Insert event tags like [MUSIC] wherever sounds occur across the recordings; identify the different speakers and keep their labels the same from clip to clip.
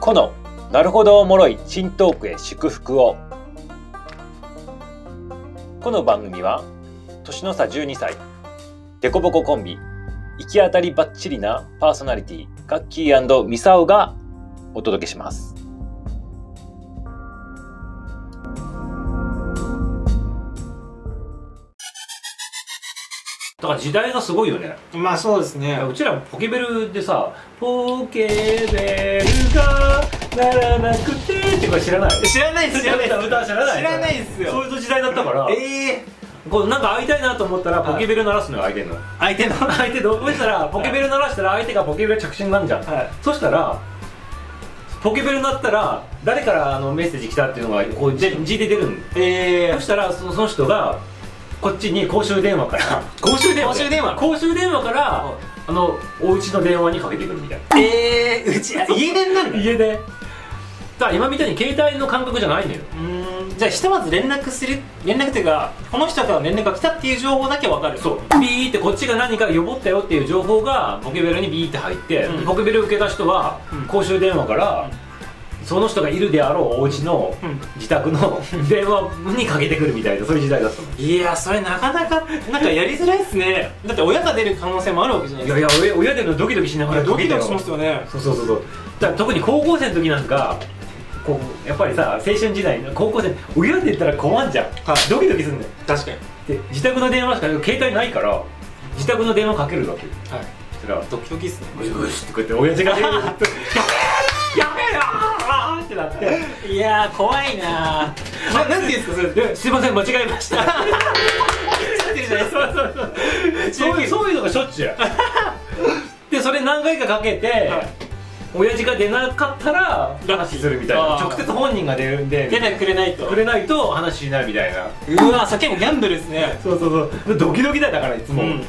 Speaker 1: このなるほどおもろい新トークへ祝福をこの番組は年の差12歳デコボココンビ行き当たりばっちりなパーソナリティガッキーミサオがお届けしますだから時代がすごいよね
Speaker 2: まあそうですね
Speaker 1: うちらポケベルでさ「ポケベルがならなくて」ってこれ知らない
Speaker 2: 知らないです [LAUGHS] 知らないです
Speaker 1: 歌歌知らない
Speaker 2: 知らないですよ
Speaker 1: そういう時代だったから
Speaker 2: ええ
Speaker 1: こうなんか会いたいなと思ったら
Speaker 2: はい
Speaker 1: ポケベル鳴らすのよ相手の
Speaker 2: 相手のは
Speaker 1: 相手どうしたらポケベル鳴らしたら相手がポケベル着信なんじゃん
Speaker 2: い
Speaker 1: そしたらポケベル鳴ったら誰からあのメッセージ来たっていうのがこうじ字で出るん
Speaker 2: え
Speaker 1: そしたらそのその人がこっちに公衆電話から公衆電
Speaker 2: 公衆電話
Speaker 1: 公衆電話からあのお家の電話にかけてくるみたいな
Speaker 2: ー、えー、うちあ家電なんだう
Speaker 1: 家でだから今みたいに携帯の感覚じゃないのよ
Speaker 2: ーんじゃあひとまず連絡する連絡っていうかこの人から連絡が来たっていう情報だけわかる
Speaker 1: そうビーってこっちが何か予防ったよっていう情報がポケベルにビーって入って、
Speaker 2: うん
Speaker 1: ポケベル受けた人は
Speaker 2: うん
Speaker 1: 公衆電話から、その人がいるであろうお家の
Speaker 2: うん
Speaker 1: 自宅の電話にかけてくるみたいなそういう時代だったの
Speaker 2: いやそれなかなかなんかやりづらいですねだって親が出る可能性もあるわけじゃない
Speaker 1: い
Speaker 2: で
Speaker 1: や
Speaker 2: す
Speaker 1: いや親親でのドキドキしな
Speaker 2: か
Speaker 1: がら
Speaker 2: ドキド
Speaker 1: かけ
Speaker 2: キ
Speaker 1: て
Speaker 2: し
Speaker 1: よ
Speaker 2: ますよね
Speaker 1: そうそうそうそうだから特に高校生の時なんかこうやっぱりさ青春時代の高校生親で言ったら困んじゃん、
Speaker 2: はい
Speaker 1: ドキドキすんだよ
Speaker 2: 確かに
Speaker 1: で自宅の電話しか携帯ないから自宅の電話かけるわけよ
Speaker 2: はい
Speaker 1: そしたら
Speaker 2: ドキドキっすね
Speaker 1: ゴシゴシってこうやって親父がやべえ [LAUGHS] やべえあーあーってなって
Speaker 2: いやー怖いなー [LAUGHS] ななんていうんですかそれ
Speaker 1: ですいません間違えました
Speaker 2: ってるじゃないですか
Speaker 1: そういうそういうのがしょっちゅ
Speaker 2: [LAUGHS]
Speaker 1: うでそれ何回かかけて、
Speaker 2: はい
Speaker 1: 親父が出なかったら話するみたいな
Speaker 2: あー
Speaker 1: 直接本人が出るんで
Speaker 2: 出てくれないと
Speaker 1: くれないと話しないみたいな
Speaker 2: うわさっきもギャンブルですね
Speaker 1: そうそうそうドキドキだよだからいつも
Speaker 2: うん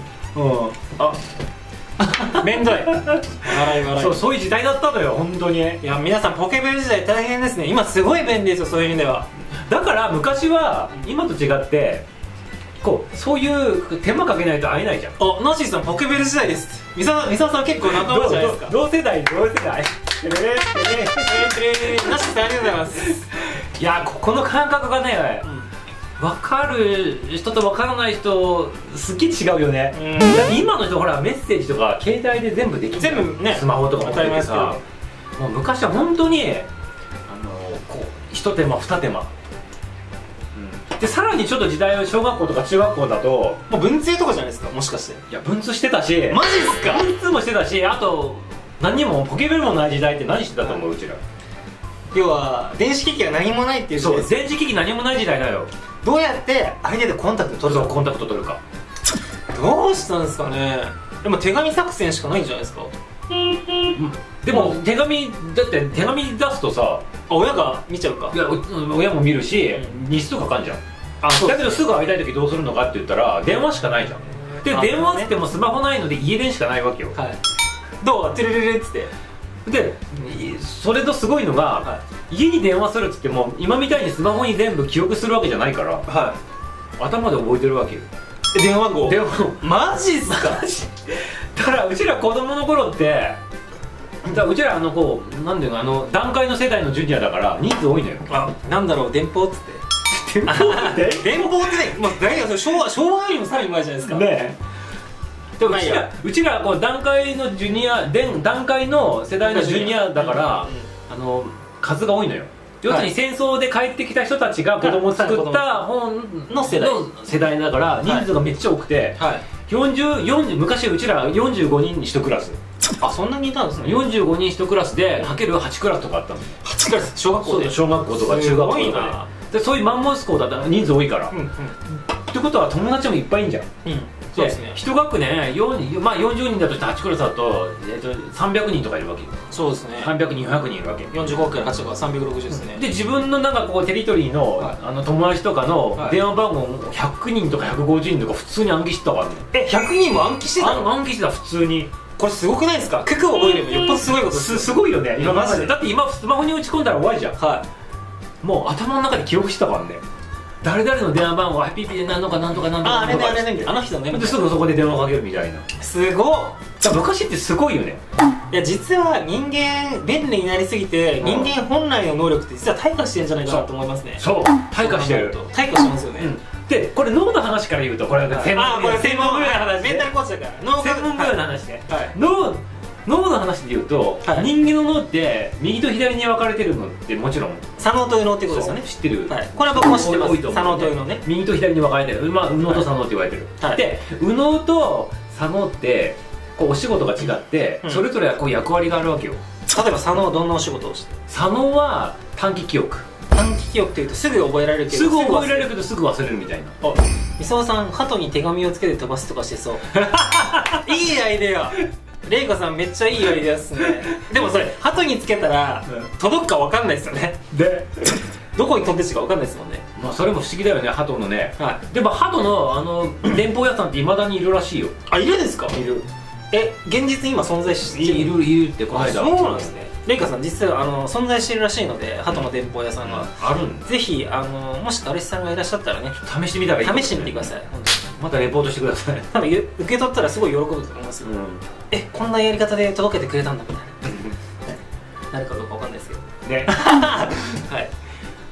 Speaker 1: [LAUGHS] あ
Speaker 2: めんどい笑い笑い
Speaker 1: そうそういう時代だったのよ本当に
Speaker 2: いや皆さんポケベル時代大変ですね今すごい便利ですよそういう意味では
Speaker 1: だから昔は今と違ってこうそういう手間かけないと会えないじゃん
Speaker 2: おノーシーさんポケベル時代ですって三沢三沢さん結構仲間じゃないですか
Speaker 1: 同同世代同世代
Speaker 2: [LAUGHS]
Speaker 1: てれれてれ
Speaker 2: えーノーシーさんありがとうございます、
Speaker 1: いやここの感覚がね分かる人と分からない人すっげえ違うよね
Speaker 2: うん
Speaker 1: だって今の人ほらメッセージとか携帯で全部できるじゃん
Speaker 2: 全部ね
Speaker 1: スマホとかも含めて
Speaker 2: 当たり
Speaker 1: さ
Speaker 2: 前で
Speaker 1: もう昔は本当にあのこう一手間二手間、でさらにちょっと時代は小学校とか中学校だと
Speaker 2: もう文通とかじゃないですかもしかして
Speaker 1: いや文通してたし
Speaker 2: マジっすか
Speaker 1: 文通もしてたしあと何にもポケベルもない時代って何してたと思う、うちら
Speaker 2: 要は電子機器が何もないっていう時代
Speaker 1: そう
Speaker 2: です
Speaker 1: 電子機器何もない時代だよ
Speaker 2: どうやって相手でコンタクト
Speaker 1: それ
Speaker 2: 取る
Speaker 1: ぞ
Speaker 2: の
Speaker 1: れコンタクト取るか
Speaker 2: どうしたんですかねでも手紙作戦しかないんじゃないですか
Speaker 1: でも手紙だって手紙出すとさ
Speaker 2: あ親が見ちゃうか
Speaker 1: いやお親も見るし日数かかんじゃん
Speaker 2: あそう
Speaker 1: だけどすぐ会いたい時どうするのかって言ったら電話しかないじゃんで
Speaker 2: あ
Speaker 1: 電話っつってもスマホないので家電しかないわけよ
Speaker 2: はいどうてれれれっつって
Speaker 1: でいそれとすごいのが、
Speaker 2: は
Speaker 1: 家に電話するっつっても今みたいにスマホに全部記憶するわけじゃないから
Speaker 2: は
Speaker 1: 頭で覚えてるわけよ
Speaker 2: い電話号
Speaker 1: 電話
Speaker 2: マジっすか
Speaker 1: [LAUGHS] だからうちら子供の頃ってだからうちらあのこうなんていうのあの段階の世代のジュニアだから人数多い
Speaker 2: [LAUGHS]
Speaker 1: のよ
Speaker 2: あなんだろう電報っつっ
Speaker 1: 電話って
Speaker 2: て電報ってね、まあ、何がそれ昭和昭和よりもさらに前じゃないですか
Speaker 1: ねでもうち
Speaker 2: まあいい
Speaker 1: ら
Speaker 2: や
Speaker 1: うちらこう段階のジュニアで段階の世代のジュニアだから、あの数が多いのよ要するに戦争で帰ってきた人たちが子供を作った本
Speaker 2: の世代
Speaker 1: の世代だから人数がめっちゃ多くて、
Speaker 2: はい
Speaker 1: 40 40昔うちら45人一クラス
Speaker 2: あそんなにいたんですね
Speaker 1: 45人一クラスでかける8クラスとかあったの
Speaker 2: 8クラス小学校で
Speaker 1: 小学校とか中学校と
Speaker 2: すごい
Speaker 1: か
Speaker 2: な
Speaker 1: ででそういうマンモス校だったら人数多いから、
Speaker 2: うんうん
Speaker 1: ってことは友達もいっぱいいんじゃん
Speaker 2: うんそうですね
Speaker 1: 一学年、4まあ、40人だとして8クラスだと,、えっと300人とかいるわけよ
Speaker 2: そうですね
Speaker 1: 300人400人いるわけよ
Speaker 2: 45から8とか360ですね
Speaker 1: で自分のなんかこうテリトリーの,、
Speaker 2: はい
Speaker 1: あの友達とかの
Speaker 2: はい
Speaker 1: 電話番号も100人とか150人とか普通に暗記してたからね
Speaker 2: え100人も暗記してた
Speaker 1: あ
Speaker 2: の
Speaker 1: 暗記してた普通に
Speaker 2: これすごくないですか九九覚えればよっぽどすごいことです
Speaker 1: すすごいよね今ま
Speaker 2: マジ
Speaker 1: で
Speaker 2: で
Speaker 1: だって今スマホに打ち込んだら終わりじゃん
Speaker 2: は
Speaker 1: もう頭の中で記憶してたからね誰々の電話番号はピーピーで何とか何とか何と
Speaker 2: あ
Speaker 1: か
Speaker 2: あ
Speaker 1: 何
Speaker 2: れ
Speaker 1: と
Speaker 2: ね
Speaker 1: か
Speaker 2: あれねあの人のね
Speaker 1: ですぐそこで電話かけるみたいなだか
Speaker 2: すごっ
Speaker 1: ら昔ってすごいよね
Speaker 2: いや実は人間便利になりすぎて
Speaker 1: うん
Speaker 2: 人間本来の能力って実は退化してんじゃないかなと思いますね
Speaker 1: そう退化してる
Speaker 2: そう考えると退化してますよね、
Speaker 1: うんでこれ脳の話から言うとこれは専門
Speaker 2: ああこれ専門分野の話
Speaker 1: ね
Speaker 2: メンタルコーチだから脳科学
Speaker 1: 専門分野の話ね
Speaker 2: はいはい
Speaker 1: 脳脳の話で言うと、
Speaker 2: はい
Speaker 1: 人間の脳って右と左に分かれてるのってもちろん
Speaker 2: 左脳と右脳ってことですよね
Speaker 1: 知ってる、
Speaker 2: はいこれは僕も知ってます
Speaker 1: 多いと思う
Speaker 2: 左脳と右脳ね
Speaker 1: 右と左に分かれてる、まあ、右脳と左脳って言われてる、
Speaker 2: はい
Speaker 1: で右脳と左脳ってこうお仕事が違って、
Speaker 2: うん
Speaker 1: それぞれこう役割があるわけよ
Speaker 2: 例えば左脳はどんなお仕事をして
Speaker 1: 左脳は短期記憶
Speaker 2: 短期記憶というとすぐ覚えられるけど
Speaker 1: すぐ覚えられ
Speaker 2: る
Speaker 1: るけどすぐ忘れるみたいな
Speaker 2: 三沢さん鳩に手紙をつけて飛ばすとかしてそう [LAUGHS] いいアイデアレイカさんめっちゃいいアイデアっすねでもそれ鳩につけたら
Speaker 1: う
Speaker 2: 届くか分かんないですよね
Speaker 1: で、
Speaker 2: どこに飛んでっちか分かんないですもんね
Speaker 1: まあ、それも不思議だよね鳩のね
Speaker 2: はい
Speaker 1: でも鳩のあ [CLEARS THROAT] の電報屋さんっていまだにいるらしいよ
Speaker 2: あいるんですか
Speaker 1: る
Speaker 2: え現実に今存在して
Speaker 1: いるいるいるってこの
Speaker 2: あ
Speaker 1: 間
Speaker 2: そうなんですねレイカさん実はあの存在してるらしいので鳩の電報屋さんが、
Speaker 1: あるんで
Speaker 2: ぜひあのもし彼氏さんがいらっしゃったらね
Speaker 1: 試してみたらいいかも
Speaker 2: 試してみてください本当に
Speaker 1: またレポートしてください、
Speaker 2: 多分ゆ受け取ったらすごい喜ぶと思いますよ、えこんなやり方で届けてくれたんだみたいななるかどうかわかんないですけど
Speaker 1: [LAUGHS] ね
Speaker 2: はい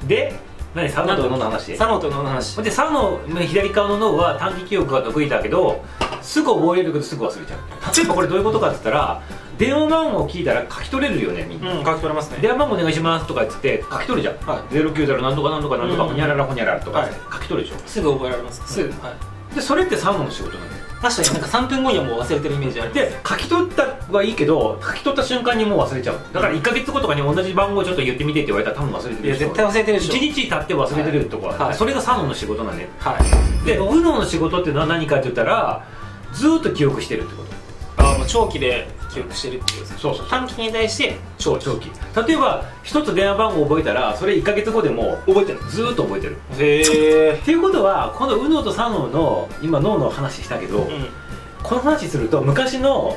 Speaker 1: で何サウナとの話
Speaker 2: 佐野との話
Speaker 1: でサウの左側の脳は短期記憶が得意だけどすぐ覚えるけどすぐ忘れちゃう例えばこれどういうことかって言ったら電話番号を聞いたら書き取れるよねみんな、
Speaker 2: うん書き取れますね
Speaker 1: 電話番号お願いしますとか言って書き取るじゃん、
Speaker 2: は
Speaker 1: 090なんとかなんとかなんとか
Speaker 2: うん
Speaker 1: ほにゃららほにゃららとか、
Speaker 2: はい
Speaker 1: 書き取るでしょ
Speaker 2: すぐ覚えられますすぐ、はい、
Speaker 1: でそれってサウナの仕事なのよ
Speaker 2: 確かになんか3分後にはもう忘れてるイメージある
Speaker 1: で書き取ったはいいけど書き取った瞬間にもう忘れちゃうだから1か月後とかに同じ番号をちょっと言ってみてって言われたら多分忘れて
Speaker 2: い
Speaker 1: る
Speaker 2: や
Speaker 1: でしょ
Speaker 2: 絶対忘れてるでしょ
Speaker 1: 1日経って忘れてるとか、
Speaker 2: はい
Speaker 1: それがサウナの仕事なのね
Speaker 2: はい
Speaker 1: で右脳の仕事っていうのは何かって言ったらずーっと記憶してるってこと
Speaker 2: あもう長期で記憶してるっていうことですね
Speaker 1: そうそう
Speaker 2: 短期に対して
Speaker 1: 超長期例えば一つ電話番号覚えたらそれ1か月後でも覚えてるずーっと覚えてる
Speaker 2: へえ
Speaker 1: っていうことはこの右脳と左脳の今脳の話したけど、
Speaker 2: う
Speaker 1: この話すると昔の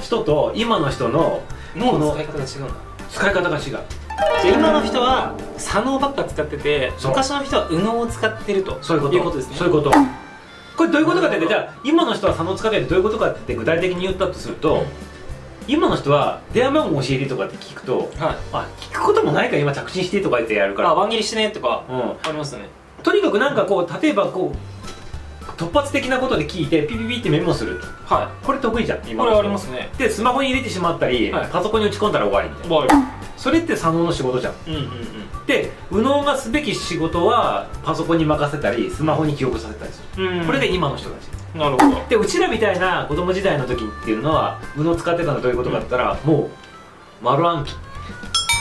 Speaker 1: 人と今の人の
Speaker 2: ん脳の使い方が違うんだ
Speaker 1: 使い方が違う
Speaker 2: じゃあ今の人は左脳ばっか使ってて
Speaker 1: そう
Speaker 2: 昔の人は右脳を使ってると
Speaker 1: そういうこと
Speaker 2: ですね
Speaker 1: そういうことこれどういうことかっていうとじゃあ今の人は左脳使っててどういうことかって具体的に言ったとすると今の人は電話番号教えてとかって聞くと
Speaker 2: はい
Speaker 1: あ聞くこともないから今着信してとか言ってやるか
Speaker 2: あ
Speaker 1: ら、
Speaker 2: ワン切りしてねとか
Speaker 1: うん、
Speaker 2: ありますよね
Speaker 1: とにかくなんかこう例えばこう突発的なことで聞いてピピピってメモする
Speaker 2: は
Speaker 1: これ得意じゃん
Speaker 2: い
Speaker 1: 今の
Speaker 2: これ
Speaker 1: 人
Speaker 2: ありますね
Speaker 1: でスマホに入れてしまったり、
Speaker 2: はい
Speaker 1: パソコンに打ち込んだら終わりみたいな
Speaker 2: はい
Speaker 1: それって左脳の仕事じゃん
Speaker 2: うんうんうん
Speaker 1: で右脳がすべき仕事はパソコンに任せたりスマホに記憶させたりする、
Speaker 2: うん
Speaker 1: これが今の人たち
Speaker 2: なるほど
Speaker 1: でうちらみたいな子供時代の時っていうのは右脳使ってたのはどういうことかって言ったら、もう丸暗記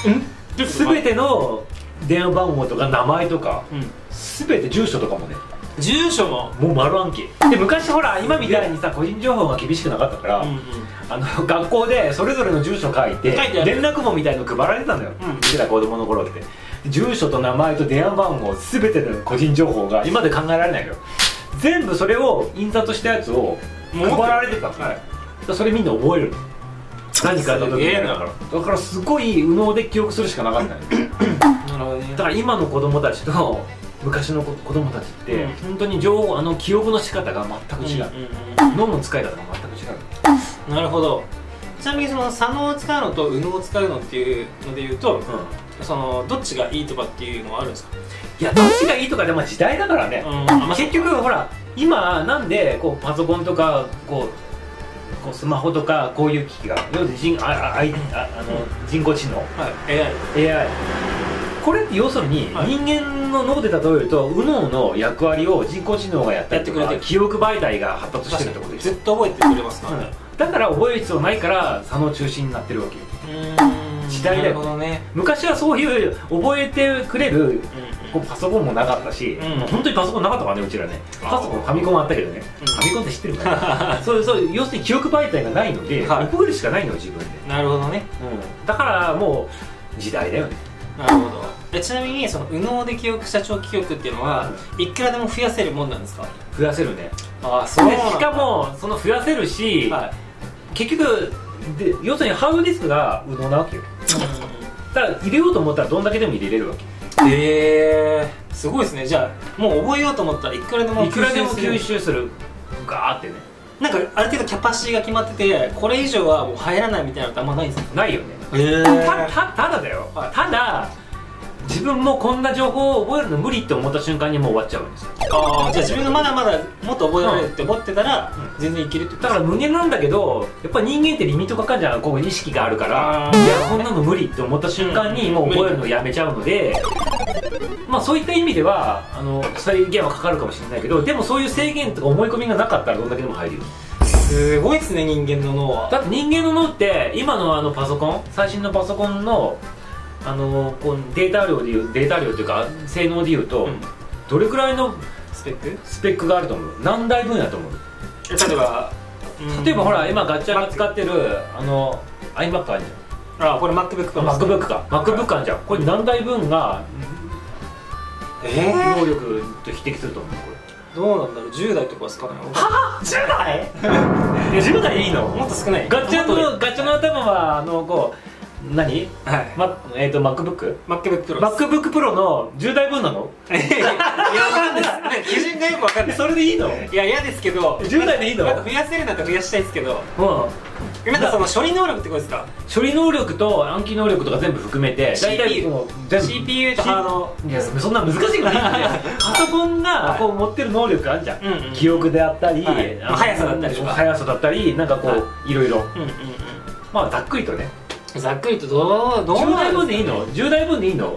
Speaker 1: 全ての電話番号とか名前とか
Speaker 2: うん
Speaker 1: 全て住所とかもね
Speaker 2: 住所も
Speaker 1: もう丸暗記で昔ほら今みたいにさ個人情報が厳しくなかったから、
Speaker 2: うんうん
Speaker 1: あの学校でそれぞれの住所書いて
Speaker 2: 書いてあ
Speaker 1: 連
Speaker 2: る
Speaker 1: 絡網みたいの配られてたのよ、
Speaker 2: うん
Speaker 1: うちら子供の頃って住所と名前と電話番号全ての個人情報が今で考えられないよ全部それを印刷したやつを
Speaker 2: もう持ってる
Speaker 1: 配られてたの
Speaker 2: はい
Speaker 1: だそれみんな覚えるの何かあった時
Speaker 2: すげえな
Speaker 1: だからだからすごい右脳で記憶するしかなかったのよ
Speaker 2: [LAUGHS] なるほどね
Speaker 1: だから今の子供たちと昔の子子供たちって、
Speaker 2: うん
Speaker 1: 本当に情報あの記憶の仕方が全く違う、
Speaker 2: うんうん
Speaker 1: 脳の使い方が全く違う
Speaker 2: うんなるほどちなみにその左脳を使うのと右脳を使うのっていうので言うと
Speaker 1: うん
Speaker 2: そのどっちがいいとかっていうのはあるんですか
Speaker 1: いやどっちがいいとかでも時代だからね、
Speaker 2: うん
Speaker 1: 結局ほら今なんでこうパソコンとかこうこうスマホとかこういう機器が要するに人あああいああの人工知能
Speaker 2: はい AI
Speaker 1: AI これって要するに
Speaker 2: はい
Speaker 1: 人間の脳で例えると右脳の役割を人工知能がやったりと
Speaker 2: や
Speaker 1: か
Speaker 2: ってくれてる
Speaker 1: 記憶媒体が発達してるってことです
Speaker 2: ず
Speaker 1: よ
Speaker 2: っと覚えてくれますから
Speaker 1: うん
Speaker 2: ね
Speaker 1: だから覚える必要ないから左脳中心になってるわけよ
Speaker 2: うーん
Speaker 1: 時代だよ
Speaker 2: なるほどね
Speaker 1: 昔はそういう覚えてくれる
Speaker 2: うん
Speaker 1: こうパソコンもなかったし、
Speaker 2: うん
Speaker 1: もう本当にパソコンなかったからねうちらね
Speaker 2: あー
Speaker 1: パソコンファミコンはあったけどね、
Speaker 2: うん
Speaker 1: ファミコンって知ってるから、 [LAUGHS] ね、そういうそういう要するに記憶媒体がないので、
Speaker 2: はい
Speaker 1: 覚えるしかないのよ自分で、
Speaker 2: なるほどね
Speaker 1: だからもう時代だよね
Speaker 2: なるほどえちなみにその右脳で記憶した長期記憶っていうのはいくらでも増やせるもんなんですか
Speaker 1: 増やせるね
Speaker 2: ああ
Speaker 1: でしかもその増やせるし、
Speaker 2: はい
Speaker 1: 結局で要するにハードディスクが無能なわけよだから入れようと思ったらどんだけでも入れれるわけ
Speaker 2: えー、すごいですねじゃあもう覚えようと思ったらいくらでも
Speaker 1: いくらでも
Speaker 2: する
Speaker 1: 吸収するガーってね
Speaker 2: なんかある程度キャパシティが決まっててこれ以上はもう入らないみたいなのってあんまないんですか
Speaker 1: ないよね
Speaker 2: え
Speaker 1: たたただだよ
Speaker 2: はい
Speaker 1: ただ自分もこんな情報を覚えるの無理って思った瞬間にもう終わっちゃうんですよ
Speaker 2: あーじゃあ自分がまだまだもっと覚えられるって思ってたら、全然いけるってこと
Speaker 1: だから無限なんだけどやっぱ人間ってリミットかかんじゃんこう意識があるから
Speaker 2: あー
Speaker 1: いやこんなの無理って思った瞬間にもう覚えるのやめちゃうのでまあそういった意味ではあの制限はかかるかもしれないけどでもそういう制限とか思い込みがなかったらどんだけでも入るよ
Speaker 2: すごいですね人間の脳は
Speaker 1: だって人間の脳って今のあのパソコン最新のパソコンのあのこうデータ量でいうデータ量というか性能でいうと、
Speaker 2: うん
Speaker 1: どれくらいの
Speaker 2: スペック
Speaker 1: スペックがあると思う何台分やと思う
Speaker 2: 例えば
Speaker 1: 例えばほら今ガッチャが使ってるあの iMac あるじ
Speaker 2: あこれ MacBook
Speaker 1: ゃん MacBook か MacBook あるじゃんこれ何台分が
Speaker 2: えー、
Speaker 1: 能力と匹敵すると思うこ
Speaker 2: どうなんだろう10代とかですかね
Speaker 1: れ10台 [LAUGHS] ?10 台いいの
Speaker 2: もっと少ない
Speaker 1: ガッチャ
Speaker 2: もっ
Speaker 1: のガッチャの頭はあのこう何、
Speaker 2: とはい
Speaker 1: ま、えっ、と MacBook?
Speaker 2: MacBook Pro です
Speaker 1: MacBook Pro の10台分なの
Speaker 2: いやいやわかんないです [LAUGHS] 基準がよくわかんない
Speaker 1: それでいいの
Speaker 2: いや嫌ですけど
Speaker 1: 10代でいいの
Speaker 2: なんか増やせるんだったら増やしたいですけど
Speaker 1: う
Speaker 2: なんかその処理能力ってことですか
Speaker 1: ん、処理能力と暗記能力とか全部含めて
Speaker 2: CPU
Speaker 1: 大体もう全部
Speaker 2: CPU とハード
Speaker 1: いやそんな難しいこと言うんだよパソコンがこう持ってる能力あるじゃん、
Speaker 2: うんうん
Speaker 1: 記憶であったり、
Speaker 2: はい
Speaker 1: あの
Speaker 2: 速さだったりとか
Speaker 1: 速さだったりなんかこう、、
Speaker 2: はい
Speaker 1: ろいろ
Speaker 2: うんうん
Speaker 1: まあざっくりとね
Speaker 2: うんざっくりとどうどう
Speaker 1: 10
Speaker 2: な
Speaker 1: 代
Speaker 2: ん
Speaker 1: 分
Speaker 2: です
Speaker 1: でいいの10代分でいいの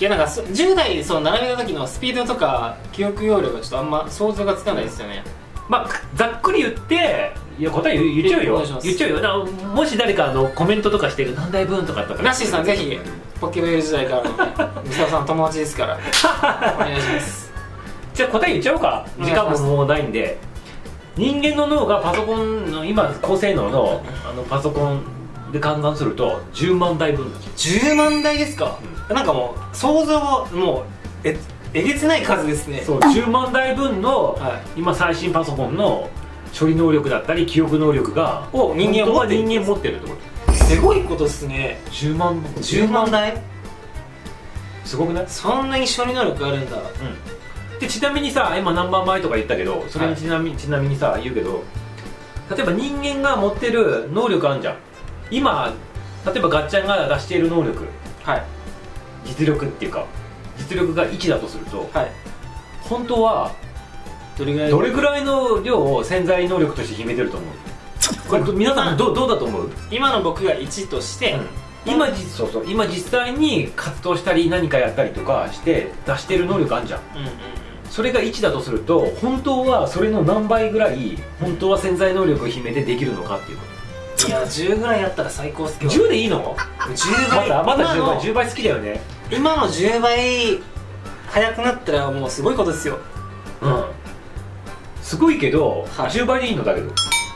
Speaker 2: いやなんかそ10代でその並べた時のスピードとか記憶容量がちょっとあんま想像がつかないですよね
Speaker 1: まあざっくり言っていや答え言言っちゃう
Speaker 2: お
Speaker 1: よ
Speaker 2: 願いします
Speaker 1: 言っちゃうよなもし誰かあのコメントとかしてる何台分とかあったら
Speaker 2: ナッシーさんぜひポケベル時代 [LAUGHS] からのねミサオさん友達ですからお願いします
Speaker 1: じゃあ答え言っちゃおうか
Speaker 2: お願
Speaker 1: 時
Speaker 2: いし
Speaker 1: 間
Speaker 2: ま
Speaker 1: も
Speaker 2: す
Speaker 1: もうないんで人間の脳がパソコンの今高性能のあのパソコンで換算すると10万台分なんですよ
Speaker 2: 10万台ですか、なんかもう想像をもうええげつない数ですね
Speaker 1: そう10万台分の、
Speaker 2: は
Speaker 1: 今最新パソコンの処理能力だったり記憶能力が
Speaker 2: を人間は
Speaker 1: 本当は
Speaker 2: 持ってる
Speaker 1: 人間持ってるってこと
Speaker 2: すごいことですね
Speaker 1: 10万
Speaker 2: 10万台
Speaker 1: すごくない、
Speaker 2: そんなに処理能力あるんだ
Speaker 1: でちなみにさ今何番前とか言ったけどそれにちなみ,、ちなみにさ言うけど例えば人間が持ってる能力あんじゃん今例えばガッチャンが出している能力
Speaker 2: はい
Speaker 1: 実力っていうか実力が1だとすると
Speaker 2: はい
Speaker 1: 本当は
Speaker 2: どれぐらい
Speaker 1: どれぐらいの量を潜在能力として秘めてると思うこれど皆さんどうどうだと思う、
Speaker 2: 今の僕が1として、
Speaker 1: 今実そうそう今実際に活動したり何かやったりとかして出してる能力あんじゃん
Speaker 2: うんうんうん
Speaker 1: それが1だとすると本当はそれの何倍ぐらい本当は潜在能力を秘めてできるのかっていうこ
Speaker 2: いや10ぐらいやったら最高っすけ
Speaker 1: と
Speaker 2: ど
Speaker 1: 10でいいの
Speaker 2: 10
Speaker 1: ま
Speaker 2: 倍
Speaker 1: だまだ10
Speaker 2: 今
Speaker 1: 倍
Speaker 2: の
Speaker 1: 10倍好きだよね
Speaker 2: 今の10倍速くなったらもうすごいことですよ
Speaker 1: うんすごいけど、
Speaker 2: はい
Speaker 1: 10倍でいいのだけど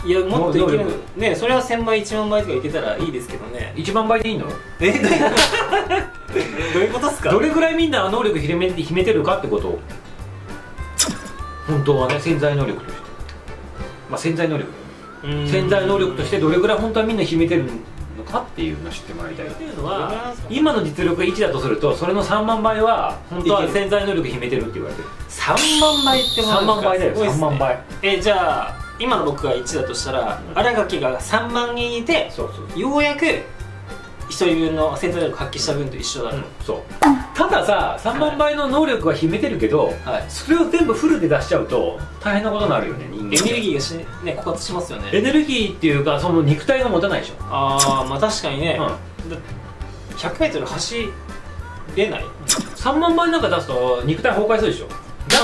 Speaker 2: いやもっといけ
Speaker 1: 能
Speaker 2: る
Speaker 1: 力
Speaker 2: ねそれは1000倍1万倍とかいけたらいいですけどね
Speaker 1: 1万倍でいいの
Speaker 2: え [LAUGHS] どういうことっす
Speaker 1: どれぐらいみんな能力秘め秘めてるかってこと本当はね潜在能力としてまあ潜在能力
Speaker 2: うん
Speaker 1: 潜在能力としてどれぐらい本当はみんな秘めてるのかっていうのを知ってもらいたいっていうの
Speaker 2: どれぐらいなん
Speaker 1: は
Speaker 2: ですか
Speaker 1: 今の実力が1だとするとそれの3万倍は本当
Speaker 2: い
Speaker 1: は
Speaker 2: ける
Speaker 1: 潜在能力秘めてるって言われてる
Speaker 2: 3万倍っても
Speaker 1: 3
Speaker 2: の
Speaker 1: 万倍だよ
Speaker 2: すごいっ
Speaker 1: 3
Speaker 2: すね
Speaker 1: 万倍
Speaker 2: えじゃあ今の僕が1だとしたら
Speaker 1: うん
Speaker 2: 新垣が3万人いて
Speaker 1: そうそう
Speaker 2: ようやく一人分の潜在能力発揮した分と一緒だ
Speaker 1: う
Speaker 2: と、
Speaker 1: んそうたださ3万倍の能力は秘めてるけど
Speaker 2: はい
Speaker 1: それを全部フルで出しちゃうと大変なことになるよね人間
Speaker 2: エネルギーがし、ね、枯渇しますよね
Speaker 1: エネルギーっていうかその肉体が持たないでしょ
Speaker 2: ああまあ確かにね、
Speaker 1: う
Speaker 2: 100m 走れない
Speaker 1: 3万倍なんか出すと肉体崩壊するでしょだ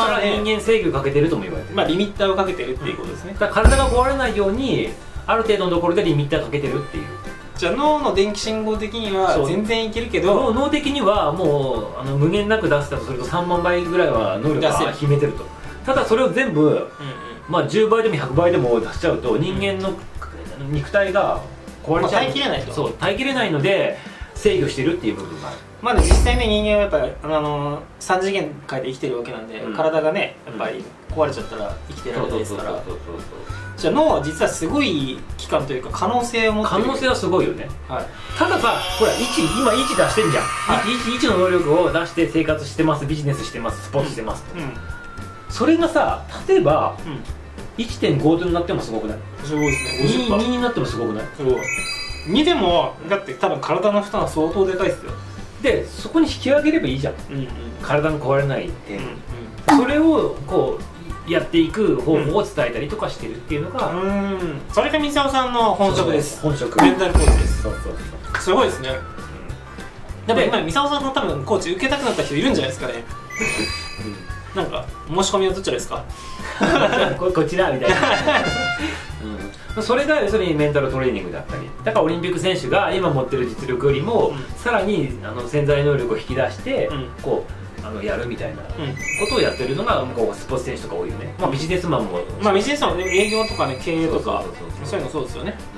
Speaker 1: から人間制御かけてるとも言われてる、
Speaker 2: まあリミッターをかけてるっていうことですね、
Speaker 1: だから体が壊れないようにある程度のところでリミッターかけてるっていう
Speaker 2: じゃあ脳の電気信号的には
Speaker 1: そう
Speaker 2: 全然いけるけ
Speaker 1: 脳
Speaker 2: ど
Speaker 1: 脳的にはもうあの無限なく出せたとすると3万倍ぐらいは能力
Speaker 2: 出せ
Speaker 1: が
Speaker 2: る
Speaker 1: 秘めてるとただそれを全部、
Speaker 2: うんうん
Speaker 1: まあ、10倍でも100倍でも出しちゃうと人間の肉体が壊れちゃう、
Speaker 2: まあ耐えきれないと
Speaker 1: そう耐えきれないので制御してるっていう部分がある
Speaker 2: まあでも実際ね人間はやっぱりあの3次元界で生きてるわけなんで、
Speaker 1: うん
Speaker 2: 体がねやっぱり壊れちゃったら生きてられないですから
Speaker 1: そうそうそうそう
Speaker 2: じゃあ脳は実はすごい機期間というか可能性を持って
Speaker 1: 可
Speaker 2: る
Speaker 1: 能性はすごいよね
Speaker 2: はい
Speaker 1: たださほら1今1出してんじゃん、
Speaker 2: はい
Speaker 1: 1 1の能力を出して生活してますビジネスしてますスポーツしてますと、
Speaker 2: うん
Speaker 1: それがさ例えば
Speaker 2: うん
Speaker 1: 1.5になってもすごくない
Speaker 2: すごいですね
Speaker 1: 2,
Speaker 2: 50%
Speaker 1: になってもすごくない
Speaker 2: すごい2でもだって多分体の負担は相当でかいですよ
Speaker 1: でそこに引き上げればいいじゃん
Speaker 2: うんうん
Speaker 1: 体が壊れないって、
Speaker 2: うん
Speaker 1: それをこうやっていく方法を伝えたりとかしてるっていうのが、
Speaker 2: うんうんそれが三沢さんの本職です
Speaker 1: 本職
Speaker 2: メンタルコーチです
Speaker 1: そうそう
Speaker 2: すごいですねやっぱ
Speaker 1: で
Speaker 2: 今三沢さんの多分コーチ受けたくなった人いるんじゃないですかねなんか申し込みはどちらですか
Speaker 1: そうここっちだ
Speaker 2: [LAUGHS]
Speaker 1: みたいな、うん、それが要するにメンタルトレーニングだったりだからオリンピック選手が今持ってる実力よりも、
Speaker 2: うん
Speaker 1: さらにあの潜在能力を引き出して、
Speaker 2: うん
Speaker 1: こうあのやるみたいなこ
Speaker 2: うん
Speaker 1: とをやってるのがこうスポーツ選手とか多いよね、まあ、ビジネスマンも
Speaker 2: まあビジネスのね営業とかね経営とか
Speaker 1: そうそうそうそう
Speaker 2: そういうのそうですよね
Speaker 1: う